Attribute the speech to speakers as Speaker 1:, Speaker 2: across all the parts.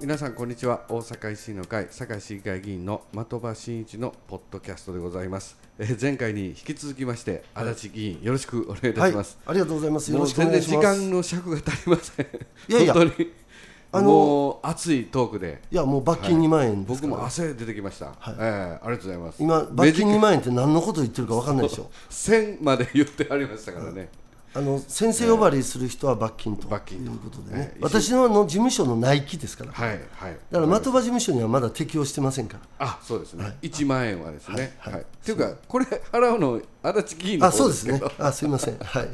Speaker 1: 皆さんこんにちは大阪維新の会堺市議会議員の的場真一のポッドキャストでございます、えー前回に引き続きまして足立議員よろしくお願いいたします、
Speaker 2: ありがとうございます。よ
Speaker 1: も
Speaker 2: ろ
Speaker 1: う
Speaker 2: しくお
Speaker 1: 全
Speaker 2: 願
Speaker 1: 然
Speaker 2: いし
Speaker 1: 時
Speaker 2: ます。
Speaker 1: 間の尺が足りません
Speaker 2: いやいや
Speaker 1: 本当に
Speaker 2: あの
Speaker 1: もう熱いトークで
Speaker 2: いやもう罰金2万円です
Speaker 1: 僕
Speaker 2: から、
Speaker 1: も汗出てきました、えーありがとうございます
Speaker 2: 今罰金2万円って何のこと言ってるか分かんないでしょ。
Speaker 1: 1000まで言ってありましたからね、
Speaker 2: あの先生呼ばわりする人は罰金と
Speaker 1: 罰金
Speaker 2: い
Speaker 1: と
Speaker 2: うことでね
Speaker 1: え。え
Speaker 2: 私のあの事務所の内規ですから。だか
Speaker 1: はいはい
Speaker 2: ら的場事務所にはまだ適用してませんから。
Speaker 1: あそうですね、1万円はですね、はい
Speaker 2: はい
Speaker 1: っていうか、これ、払うの、足立議員の
Speaker 2: あ
Speaker 1: 方
Speaker 2: そう
Speaker 1: で
Speaker 2: ですす
Speaker 1: けど、
Speaker 2: ね。 あすいません。はい。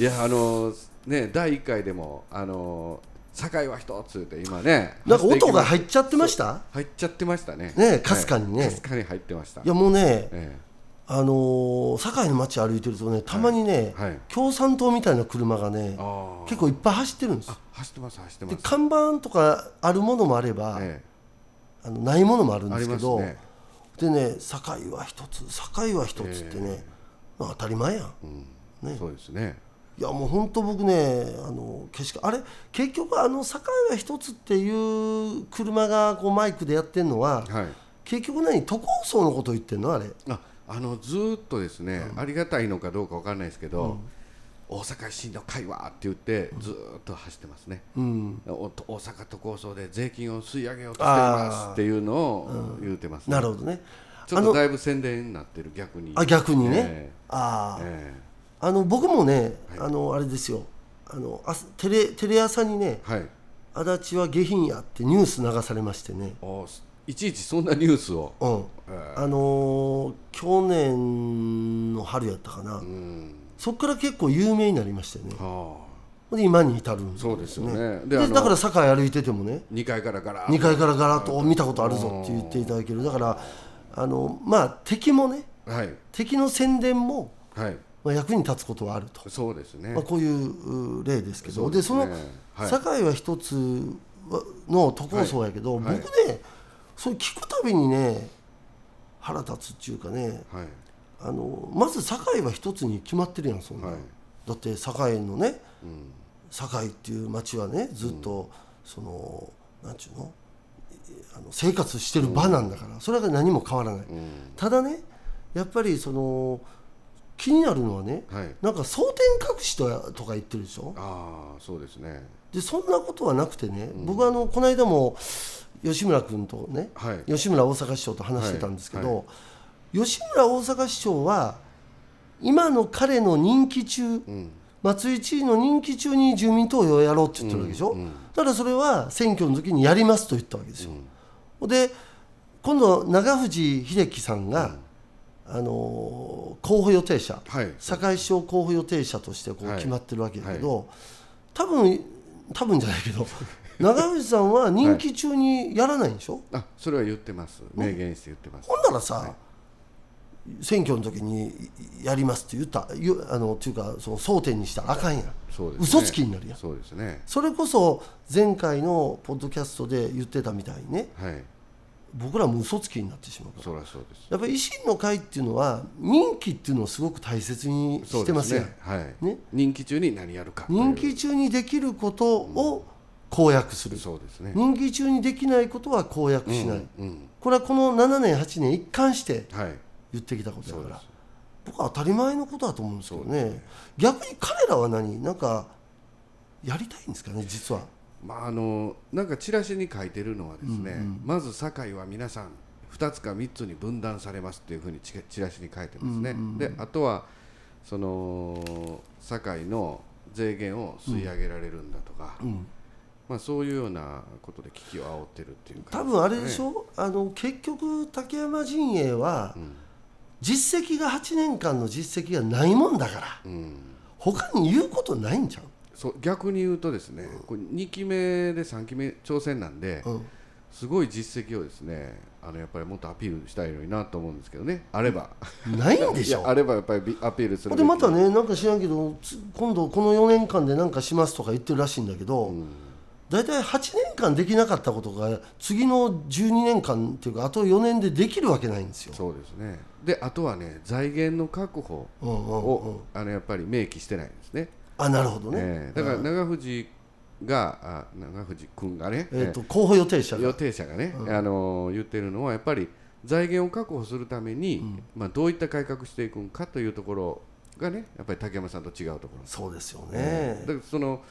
Speaker 1: いや、あのね、第1回でも、あの堺は一つって、今ね、
Speaker 2: なんか音が
Speaker 1: 入っ
Speaker 2: 入っちゃってました。
Speaker 1: 入っちゃってましたね、
Speaker 2: ねえかすかにね
Speaker 1: はいかすかに入ってました、
Speaker 2: いやもうね。
Speaker 1: え
Speaker 2: あのー堺の街歩いてるとねたまにね、
Speaker 1: はいはい
Speaker 2: 共産党みたいな車がね
Speaker 1: えあ
Speaker 2: 結構いっぱい走ってるんですよ
Speaker 1: あ、走ってます、走って
Speaker 2: で
Speaker 1: ます、
Speaker 2: 看板とかあるものもあれば、
Speaker 1: え
Speaker 2: あのないものもあるん
Speaker 1: え
Speaker 2: で
Speaker 1: あり
Speaker 2: すけ
Speaker 1: ます
Speaker 2: ど
Speaker 1: ね、
Speaker 2: でね堺は一つ堺は一つってね、まあ当たり前やんね
Speaker 1: そうですね、
Speaker 2: いやもう本当僕ねあのけしかあれ結局あの堺は一つっていう車がこうマイクでやってるのは、
Speaker 1: はい。
Speaker 2: 結局何都構想のこと言ってんのあれ
Speaker 1: ああのずーっとですね、ありがたいのかどうかわかんないですけど、大阪維新の会はって言ってずーっと走ってますね、お大阪都構想で税金を吸い上げようとしていま
Speaker 2: あ
Speaker 1: すっていうのを言うてますね、
Speaker 2: なるほどね
Speaker 1: ちょっとだいぶ宣伝になってる逆に
Speaker 2: あ逆にね、
Speaker 1: え
Speaker 2: あ
Speaker 1: え
Speaker 2: あ、
Speaker 1: え
Speaker 2: あの僕もね、あのあれですよあのあテレテレ朝にね
Speaker 1: えはい
Speaker 2: 足立は下品やってニュース流されましてね、
Speaker 1: おすいちいちそんなニュースを、
Speaker 2: うん
Speaker 1: え
Speaker 2: あのー去年の春やったかな、
Speaker 1: えうん
Speaker 2: そこから結構有名になりましたよね
Speaker 1: は
Speaker 2: で今に至るんです
Speaker 1: そうですよねで
Speaker 2: で
Speaker 1: あの
Speaker 2: だから堺歩いててもね
Speaker 1: あ、2階からから
Speaker 2: 2階からガラッとお見たことあるぞって言っていただけるだからあのまあ敵もね
Speaker 1: はい
Speaker 2: 敵の宣伝も、
Speaker 1: はい
Speaker 2: まあ、役に立つことはあると、
Speaker 1: そうですね、
Speaker 2: まあ、こういうう例ですけど
Speaker 1: そう
Speaker 2: で
Speaker 1: です
Speaker 2: そ
Speaker 1: ね
Speaker 2: の
Speaker 1: はい
Speaker 2: 堺は一つはの都構想やけど、
Speaker 1: はい
Speaker 2: 僕ねそれ聞くたびにね腹立つっていうかね
Speaker 1: はい
Speaker 2: あのまず堺は一つに決まってるやんそんなん、
Speaker 1: はい
Speaker 2: だって堺のね
Speaker 1: うん
Speaker 2: 堺っていう町はねずっと、そのなんちゅうのえあの生活してる場なんだから、それは何も変わらな
Speaker 1: う
Speaker 2: い、
Speaker 1: ん
Speaker 2: ただねやっぱりその気になるのはね
Speaker 1: はい
Speaker 2: なんか争点隠しとやとか言ってるでしょ
Speaker 1: ああそうですね
Speaker 2: でそんなことはなくてね、僕はあのこの間も吉村君とね
Speaker 1: はい
Speaker 2: 吉村大阪市長と話してたんですけど、
Speaker 1: はいは
Speaker 2: 吉村大阪市長は今の彼の任期中
Speaker 1: うん
Speaker 2: 松井知事の任期中に住民投票をやろうって言ってるわけでしょ、
Speaker 1: うんうん
Speaker 2: だからそれは選挙の時にやりますと言ったわけですよ、で今度長藤秀樹さんが、あのー候補予定者、
Speaker 1: はい
Speaker 2: 堺市長候補予定者としてこう
Speaker 1: はい
Speaker 2: 決まってるわけだけど、多分多分じゃないけ ど長藤さんは任期中にやらないんでしょ、
Speaker 1: あそれは言ってます明言して言ってます
Speaker 2: ほんならさ、選挙の時にやりますって言ったゆあのっていうかその争点にしたらあかんやん、
Speaker 1: そうですね
Speaker 2: 嘘つきになるやん
Speaker 1: そうですね
Speaker 2: それこそ前回のポッドキャストで言ってたみたいにね
Speaker 1: はい
Speaker 2: 僕らも嘘つきになってしまうから
Speaker 1: そりゃそうです
Speaker 2: やっぱり維新の会っていうのは任期っていうのをすごく大切に
Speaker 1: そう
Speaker 2: し
Speaker 1: で
Speaker 2: てますよ
Speaker 1: ねはい
Speaker 2: ね
Speaker 1: 任期中に何やるかという
Speaker 2: 任期中にできることを公約する、
Speaker 1: そうですね
Speaker 2: 任期中にできないことは公約しない、
Speaker 1: うん
Speaker 2: これはこの7年8年一貫して
Speaker 1: はい
Speaker 2: 言ってきたことだ
Speaker 1: そう
Speaker 2: か
Speaker 1: で
Speaker 2: ら
Speaker 1: す
Speaker 2: 僕は当たり前のことだと思うんですけど
Speaker 1: そうで
Speaker 2: ね逆に彼らは何なんかやりたいんですかね実は
Speaker 1: まああのなんかチラシに書いてるのはですねまず堺は皆さん2つか3つに分断されますっていうふうにチチラシに書いてますねであとはその堺の税源を吸い上げられるんだとかまあそういうようなことで危機を煽ってるっていう
Speaker 2: 多
Speaker 1: 感じすね
Speaker 2: 分あれでしょ、あの結局竹山陣営は、実績が8年間の実績がないもんだから
Speaker 1: うん
Speaker 2: 他に言うことないんちゃ
Speaker 1: そう逆に言うとですね、これ2期目で3期目挑戦なんで、
Speaker 2: う、うん、
Speaker 1: すごい実績をですねあのやっぱりもっとアピールしたいのになと思うんですけどねあれば
Speaker 2: ないんでし
Speaker 1: いやあ
Speaker 2: ょ
Speaker 1: ればやっぱりびアピールするべき
Speaker 2: でまたねなんか知らんけどつ今度この4年間で何かしますとか言ってるらしいんだけど、大体8年間できなかったことが次の12年間っていうかあと4年でできるわけないんですよ。
Speaker 1: そうですねであとはね財源の確保
Speaker 2: うんうん
Speaker 1: を、あのやっぱり明記してないんですね
Speaker 2: あなるほどね。
Speaker 1: ええだから長藤があ長藤君がね、
Speaker 2: えっと候補予定者が
Speaker 1: 予定者がね、あのー言ってるのはやっぱり財源を確保するために、まあ、どういった改革していくのかというところがねやっぱり竹山さんと違うところ、
Speaker 2: そうですよね
Speaker 1: だからその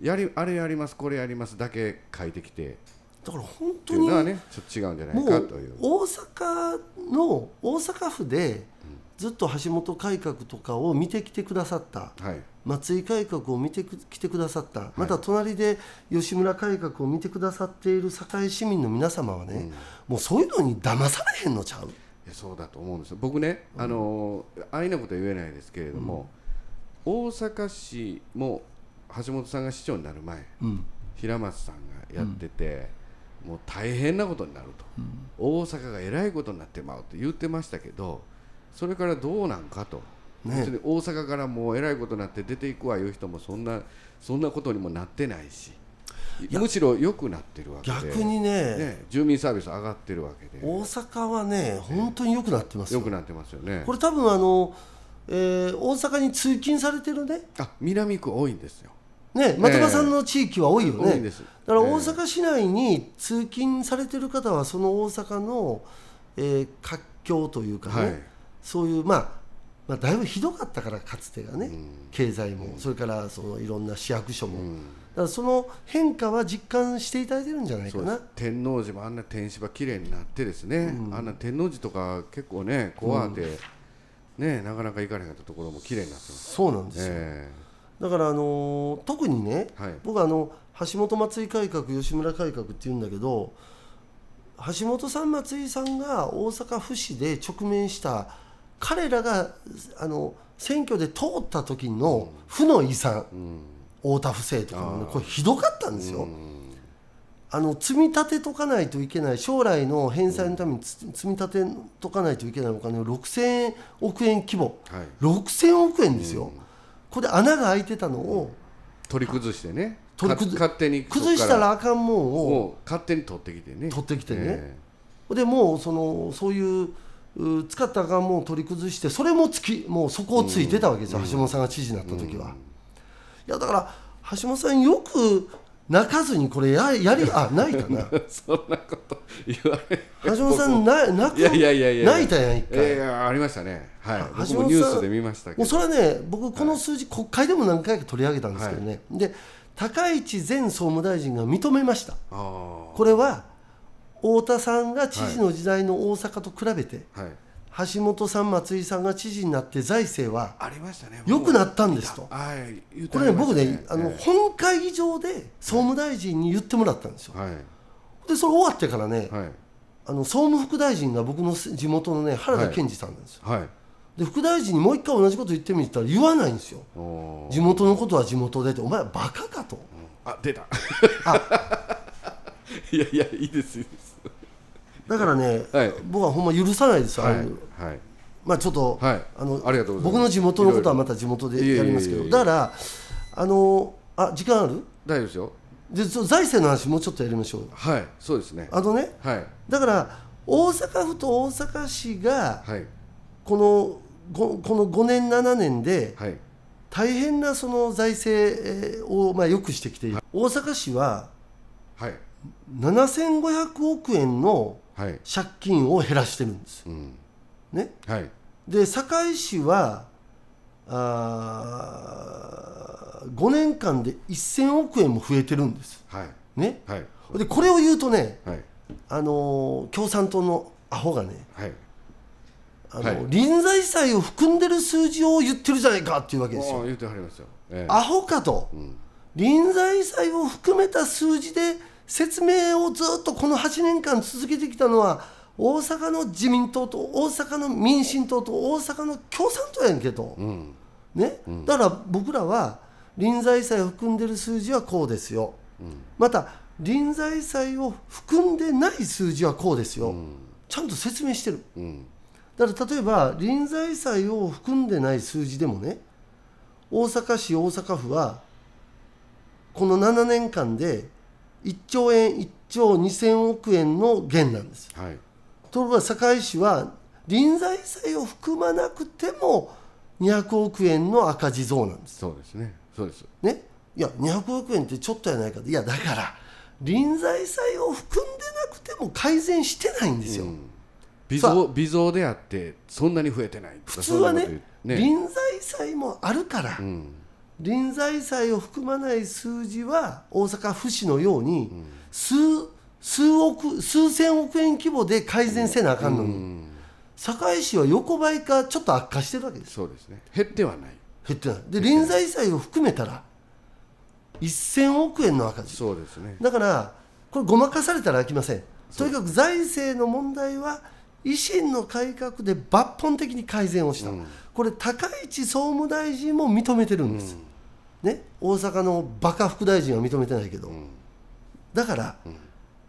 Speaker 1: やりあれやりますこれやりますだけ書いてきて
Speaker 2: だから本
Speaker 1: って
Speaker 2: 当
Speaker 1: いう
Speaker 2: に
Speaker 1: のはねちょっと違うんじゃない
Speaker 2: も
Speaker 1: かという
Speaker 2: う大阪の大阪府でずっと橋本改革とかを見てきてくださった
Speaker 1: はい
Speaker 2: 松井改革を見てきてくださったまた隣で吉村改革を見てくださっている堺市民の皆様はね、もうそういうのに騙されへんのちゃう
Speaker 1: いやそうだと思うんですよ僕ね、あの安易なことは言えないですけれども、大阪市も橋本さんが市長になる前、
Speaker 2: うん
Speaker 1: 平松さんがやってて、もう大変なことになると、大阪がえらいことになってまうと言ってましたけどそれからどうなんかと、
Speaker 2: ね
Speaker 1: 別に大阪からもうえらいことになって出ていくわいう人もそんなそんなことにもなってないしむしろ良くなってるわけで
Speaker 2: 逆にね
Speaker 1: ね、住民サービス上がってるわけで
Speaker 2: 大阪はね本当に良くなってますよ
Speaker 1: 良くなってますよね
Speaker 2: これ多分あの、えー大阪に通勤されてるね
Speaker 1: あ南区多いんですよ
Speaker 2: ね的場さんの地域は多いよね、
Speaker 1: 多いんです
Speaker 2: だから大阪市内に通勤されてる方はその大阪の、えー活況というかね、
Speaker 1: はい
Speaker 2: そういうまあまあ、だいぶひどかったからかつてがね、経済も、それからそのいろんな市役所も、だからその変化は実感していただいてるんじゃないか
Speaker 1: そうです
Speaker 2: な
Speaker 1: 天王寺もあんな天芝綺麗になってですね、あんな天王寺とか結構ね怖くて、ねなかなか行かれなかったところも綺麗になってます、
Speaker 2: そうなんですよ、
Speaker 1: え
Speaker 2: だから、あのー特にね、
Speaker 1: はい
Speaker 2: 僕はあの橋本松井改革吉村改革っていうんだけど橋本さん松井さんが大阪府市で直面した彼らがあの選挙で通った時の負の遺産、太田府政とかもねこれひどかったんですよ。あの積み立てとかないといけない将来の返済のためにつ積み立てとかないといけないお金を6000億円規模、
Speaker 1: はい
Speaker 2: 6000億円ですよ、これ穴が開いてたのを
Speaker 1: 取り崩してね
Speaker 2: 取り崩
Speaker 1: か勝手に
Speaker 2: 崩したらあかんも
Speaker 1: そこから
Speaker 2: んを
Speaker 1: もう勝手に取ってきてね
Speaker 2: 取ってきてね
Speaker 1: え
Speaker 2: でもうそのそういうう使ったらあかんもんを取り崩してそれもつきもうそこをついてたわけですよ、橋本さんが知事になった時は、いやだから橋本さんよく泣かずにこれややりあ泣い たな
Speaker 1: えそんなこと言われ
Speaker 2: 橋本さんな泣く
Speaker 1: いやいやいやいや
Speaker 2: 泣いたやん一
Speaker 1: い
Speaker 2: 回、
Speaker 1: やいやありましたねはい
Speaker 2: あ
Speaker 1: 僕
Speaker 2: 橋本さ
Speaker 1: も
Speaker 2: ん
Speaker 1: ニュースで見ましたけ
Speaker 2: もう
Speaker 1: ど
Speaker 2: それはね僕この数字、国会でも何回か取り上げたんですけどね、で高市前総務大臣が認めました
Speaker 1: あ
Speaker 2: これは太田さんが知事の時代の大阪と比べて、
Speaker 1: あはい
Speaker 2: 橋本さん松井さんが知事になって財政は
Speaker 1: ありましたね
Speaker 2: 良くな
Speaker 1: っ
Speaker 2: ったんですと
Speaker 1: はい言うて
Speaker 2: こ
Speaker 1: は
Speaker 2: れ
Speaker 1: り
Speaker 2: ね
Speaker 1: まし
Speaker 2: 僕
Speaker 1: た
Speaker 2: ねあの
Speaker 1: え
Speaker 2: 本会議場で総務大臣に言ってもらったんですよ
Speaker 1: えはい
Speaker 2: でそれ終わってからね
Speaker 1: はい
Speaker 2: あの総務副大臣が僕の地元のね原田健二さんなんですよ
Speaker 1: はい
Speaker 2: で副大臣にもう一回同じこと言ってみたら言わないんですよ
Speaker 1: おー
Speaker 2: 地元のことは地元でってお前はバカかと
Speaker 1: あ出た いやいやいいですいいです
Speaker 2: だからね、
Speaker 1: はい
Speaker 2: 僕はほんま許さないですよ、
Speaker 1: は
Speaker 2: ああいう
Speaker 1: いはい
Speaker 2: まあちょっと、
Speaker 1: はい
Speaker 2: あの
Speaker 1: ありがとうございます
Speaker 2: 僕の地元のことはまた地元
Speaker 1: いろい
Speaker 2: で
Speaker 1: ろ
Speaker 2: やりますけ
Speaker 1: いえいえいえい
Speaker 2: ど
Speaker 1: え
Speaker 2: だからあのあ時間ある
Speaker 1: 大丈夫ですよ
Speaker 2: でちょ財政の話もうちょっとやりましょうよ
Speaker 1: はいそうですね
Speaker 2: あのね
Speaker 1: はい
Speaker 2: だから大阪府と大阪市が
Speaker 1: はい
Speaker 2: このごこの5年7年で
Speaker 1: はい
Speaker 2: 大変なその財政えーをまあ良くしてきている大阪市は
Speaker 1: はい
Speaker 2: 7500億円の
Speaker 1: はい
Speaker 2: 借金を減らしてるんですよ
Speaker 1: うん
Speaker 2: ね
Speaker 1: はい
Speaker 2: で堺市はあー5年間で1000億円も増えてるんです
Speaker 1: はい
Speaker 2: ね
Speaker 1: はい
Speaker 2: でこれを言うとね、
Speaker 1: はい
Speaker 2: あのー共産党のアホがね
Speaker 1: はい
Speaker 2: あの、
Speaker 1: はい
Speaker 2: 臨済債を含んでる数字を言ってるじゃないかっていうわけです
Speaker 1: も
Speaker 2: よ
Speaker 1: う言うてはりますよええ
Speaker 2: アホかと、臨済債を含めた数字で説明をずっとこの8年間続けてきたのは大阪の自民党と大阪の民進党と大阪の共産党やんけと、
Speaker 1: うん
Speaker 2: ねだから僕らは臨済債を含んでる数字はこうですよ、また臨済債を含んでない数字はこうですよ、ちゃんと説明してる
Speaker 1: うん
Speaker 2: だから例えば臨済債を含んでない数字でもね大阪市大阪府はこの7年間で1兆円1兆2000億円の減なんです
Speaker 1: はい
Speaker 2: ところが堺市は臨済債を含まなくても200億円の赤字増なんです
Speaker 1: そうですねそうです
Speaker 2: ねいや200億円ってちょっとやないかっていやだから臨済債を含んでなくても改善してないんですよ、
Speaker 1: 微
Speaker 2: さ
Speaker 1: 増微増であってそんなに増えてない
Speaker 2: 普通は
Speaker 1: そんな
Speaker 2: ね
Speaker 1: こと言うね
Speaker 2: 臨済債もあるから、
Speaker 1: うん
Speaker 2: 臨済債を含まない数字は大阪府市のように数,、数億数千億円規模で改善せなあかんのに、
Speaker 1: うん
Speaker 2: 堺市は横ばいかちょっと悪化してるわけです
Speaker 1: そうですね減ってはない
Speaker 2: 減ってないで臨済債を含めたら1000億円の赤字
Speaker 1: そうですね
Speaker 2: だからこれごまかされたらあきませんとにかく財政の問題は維新の改革で抜本的に改善をした、
Speaker 1: うん
Speaker 2: これ高市総務大臣も認めてるんです、ね、大阪のバカ副大臣は認めてないけど、
Speaker 1: ん
Speaker 2: だから、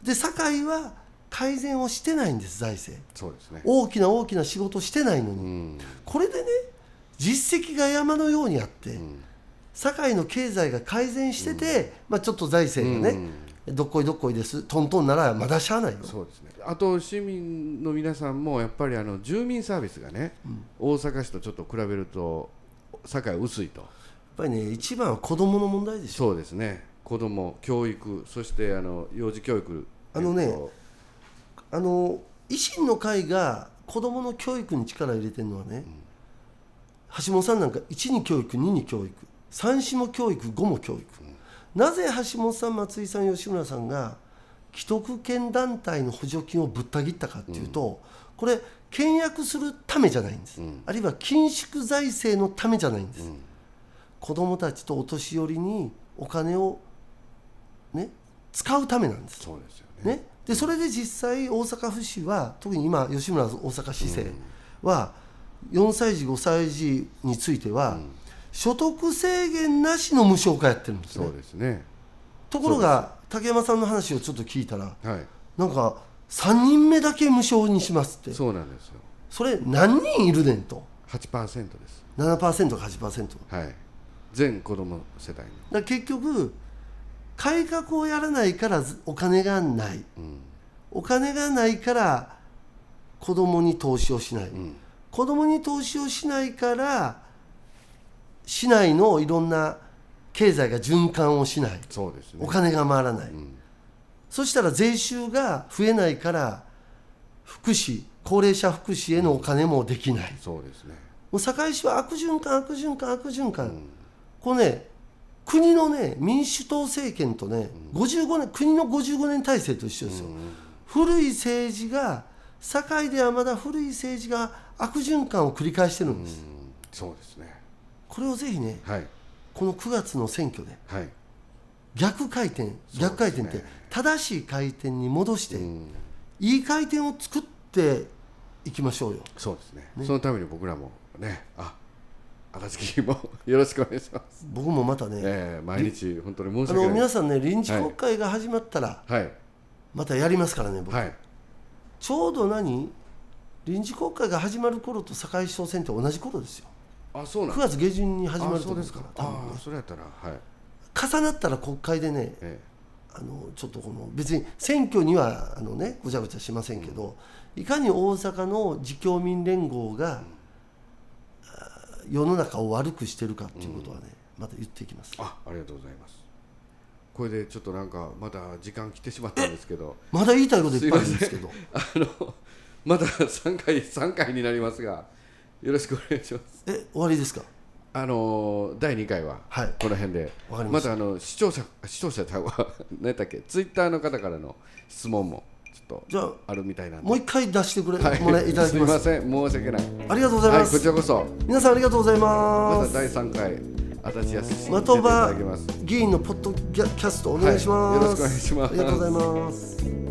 Speaker 2: で堺は改善をしてないんです財政
Speaker 1: そうですね
Speaker 2: 大きな大きな仕事してないのに、
Speaker 1: うん
Speaker 2: これでね実績が山のようにあって、
Speaker 1: ん
Speaker 2: 堺の経済が改善してて、まあ、ちょっと財政がね、どっこいどっこいですトントンならまだしゃあないよ
Speaker 1: そうですねあと市民の皆さんもやっぱりあの住民サービスがね、大阪市とちょっと比べると堺薄いと
Speaker 2: やっぱりね一番は子供の問題でしょ
Speaker 1: そうですね子ども教育そしてあの幼児教育
Speaker 2: あのね
Speaker 1: えっと
Speaker 2: あの維新の会が子供の教育に力入れてるのはね、橋本さんなんか1に教育2に教育3子も教育5も教育、なぜ橋本さん松井さん吉村さんが既得権団体の補助金をぶった切ったかっていうと、これ倹約するためじゃないんです、
Speaker 1: うん
Speaker 2: あるいは緊縮財政のためじゃないんです、
Speaker 1: うん
Speaker 2: 子どもたちとお年寄りにお金をね使うためなんです
Speaker 1: そうですよね
Speaker 2: ね、でそれで実際大阪府市は特に今吉村大阪市政は4歳児5歳児については、所得制限なしの無償化やってるんですね
Speaker 1: そうですね
Speaker 2: ところが竹山さんの話をちょっと聞いたら
Speaker 1: はい
Speaker 2: なんか3人目だけ無償にしますってそ
Speaker 1: そうなんですよ
Speaker 2: れ何人いるねんと
Speaker 1: 8%です
Speaker 2: 7%か8%だか
Speaker 1: はい全子ども世帯の
Speaker 2: ら結局改革をやらないからお金がない
Speaker 1: うん
Speaker 2: お金がないから子供に投資をしない、
Speaker 1: うん
Speaker 2: 子供に投資をしないから市内のいろんな経済が循環をしない
Speaker 1: そうですね
Speaker 2: お金が回らない、
Speaker 1: ん
Speaker 2: そしたら税収が増えないから福祉高齢者福祉へのお金もできない、も
Speaker 1: そうですね
Speaker 2: う堺市は悪循環悪循環悪循環、
Speaker 1: ん
Speaker 2: これね国のね民主党政権とね、55年国の55年体制と一緒ですよ、
Speaker 1: うん
Speaker 2: 古い政治が堺ではまだ古い政治が悪循環を繰り返してるんです、
Speaker 1: うんそうですね
Speaker 2: これをぜひね
Speaker 1: はい
Speaker 2: この9月の選挙で
Speaker 1: はい
Speaker 2: 逆回転、逆回転って正しい回転に戻して、
Speaker 1: うん
Speaker 2: いい回転を作っていきましょうよ
Speaker 1: そうですねそのために僕らもねあ足立議員もよろしくお願いします、
Speaker 2: 僕もまたね、
Speaker 1: ええ毎日本当に申し訳
Speaker 2: あの
Speaker 1: ない
Speaker 2: 皆さんね臨時国会が始まったら
Speaker 1: はい
Speaker 2: またやりますからね僕、
Speaker 1: はい
Speaker 2: ちょうど何臨時国会が始まる頃と堺市長選って同じ頃ですよ
Speaker 1: あそうなん
Speaker 2: 9月下旬に始ま
Speaker 1: あ
Speaker 2: ると
Speaker 1: そう
Speaker 2: 思う
Speaker 1: です
Speaker 2: か
Speaker 1: から
Speaker 2: 多分
Speaker 1: ああそれやったらはい
Speaker 2: 重なったら国会でね
Speaker 1: え
Speaker 2: あのちょっとこの別に選挙にはあの、ね、ごちゃごちゃしませんけど、いかに大阪の自共民連合が、あー世の中を悪くしてるかっていうことはね、また言っていきます
Speaker 1: えあありがとうございますこれでちょっとなんかまた時間来てしまったんですけ ど
Speaker 2: まだ言いたいこといっぱいあるんですけど
Speaker 1: あのまだ3回3回になりますがよろしくお願いします
Speaker 2: え終わりですか
Speaker 1: あの第2回は
Speaker 2: はい
Speaker 1: この辺で、
Speaker 2: わかりま
Speaker 1: ま
Speaker 2: した
Speaker 1: たあの視聴者視聴者ちゃんは 何だっけツイッターの方からの質問もちょっ
Speaker 2: じゃあ
Speaker 1: とあるみたいなんで
Speaker 2: もう一回出してくれ、
Speaker 1: はい
Speaker 2: もらいいただ き
Speaker 1: すみ
Speaker 2: ま
Speaker 1: ますせん申し訳ない
Speaker 2: ありがとうございま
Speaker 1: は
Speaker 2: す、
Speaker 1: いこちらこそ
Speaker 2: 皆さんありがとうござい
Speaker 1: ま
Speaker 2: ま
Speaker 1: た
Speaker 2: す
Speaker 1: 第3回足立康史に出て
Speaker 2: 的
Speaker 1: いた
Speaker 2: 場
Speaker 1: だきます
Speaker 2: 議員のポッドキャキャストお願いしま
Speaker 1: は
Speaker 2: す、
Speaker 1: いよろしくお願いします
Speaker 2: ありがとうございます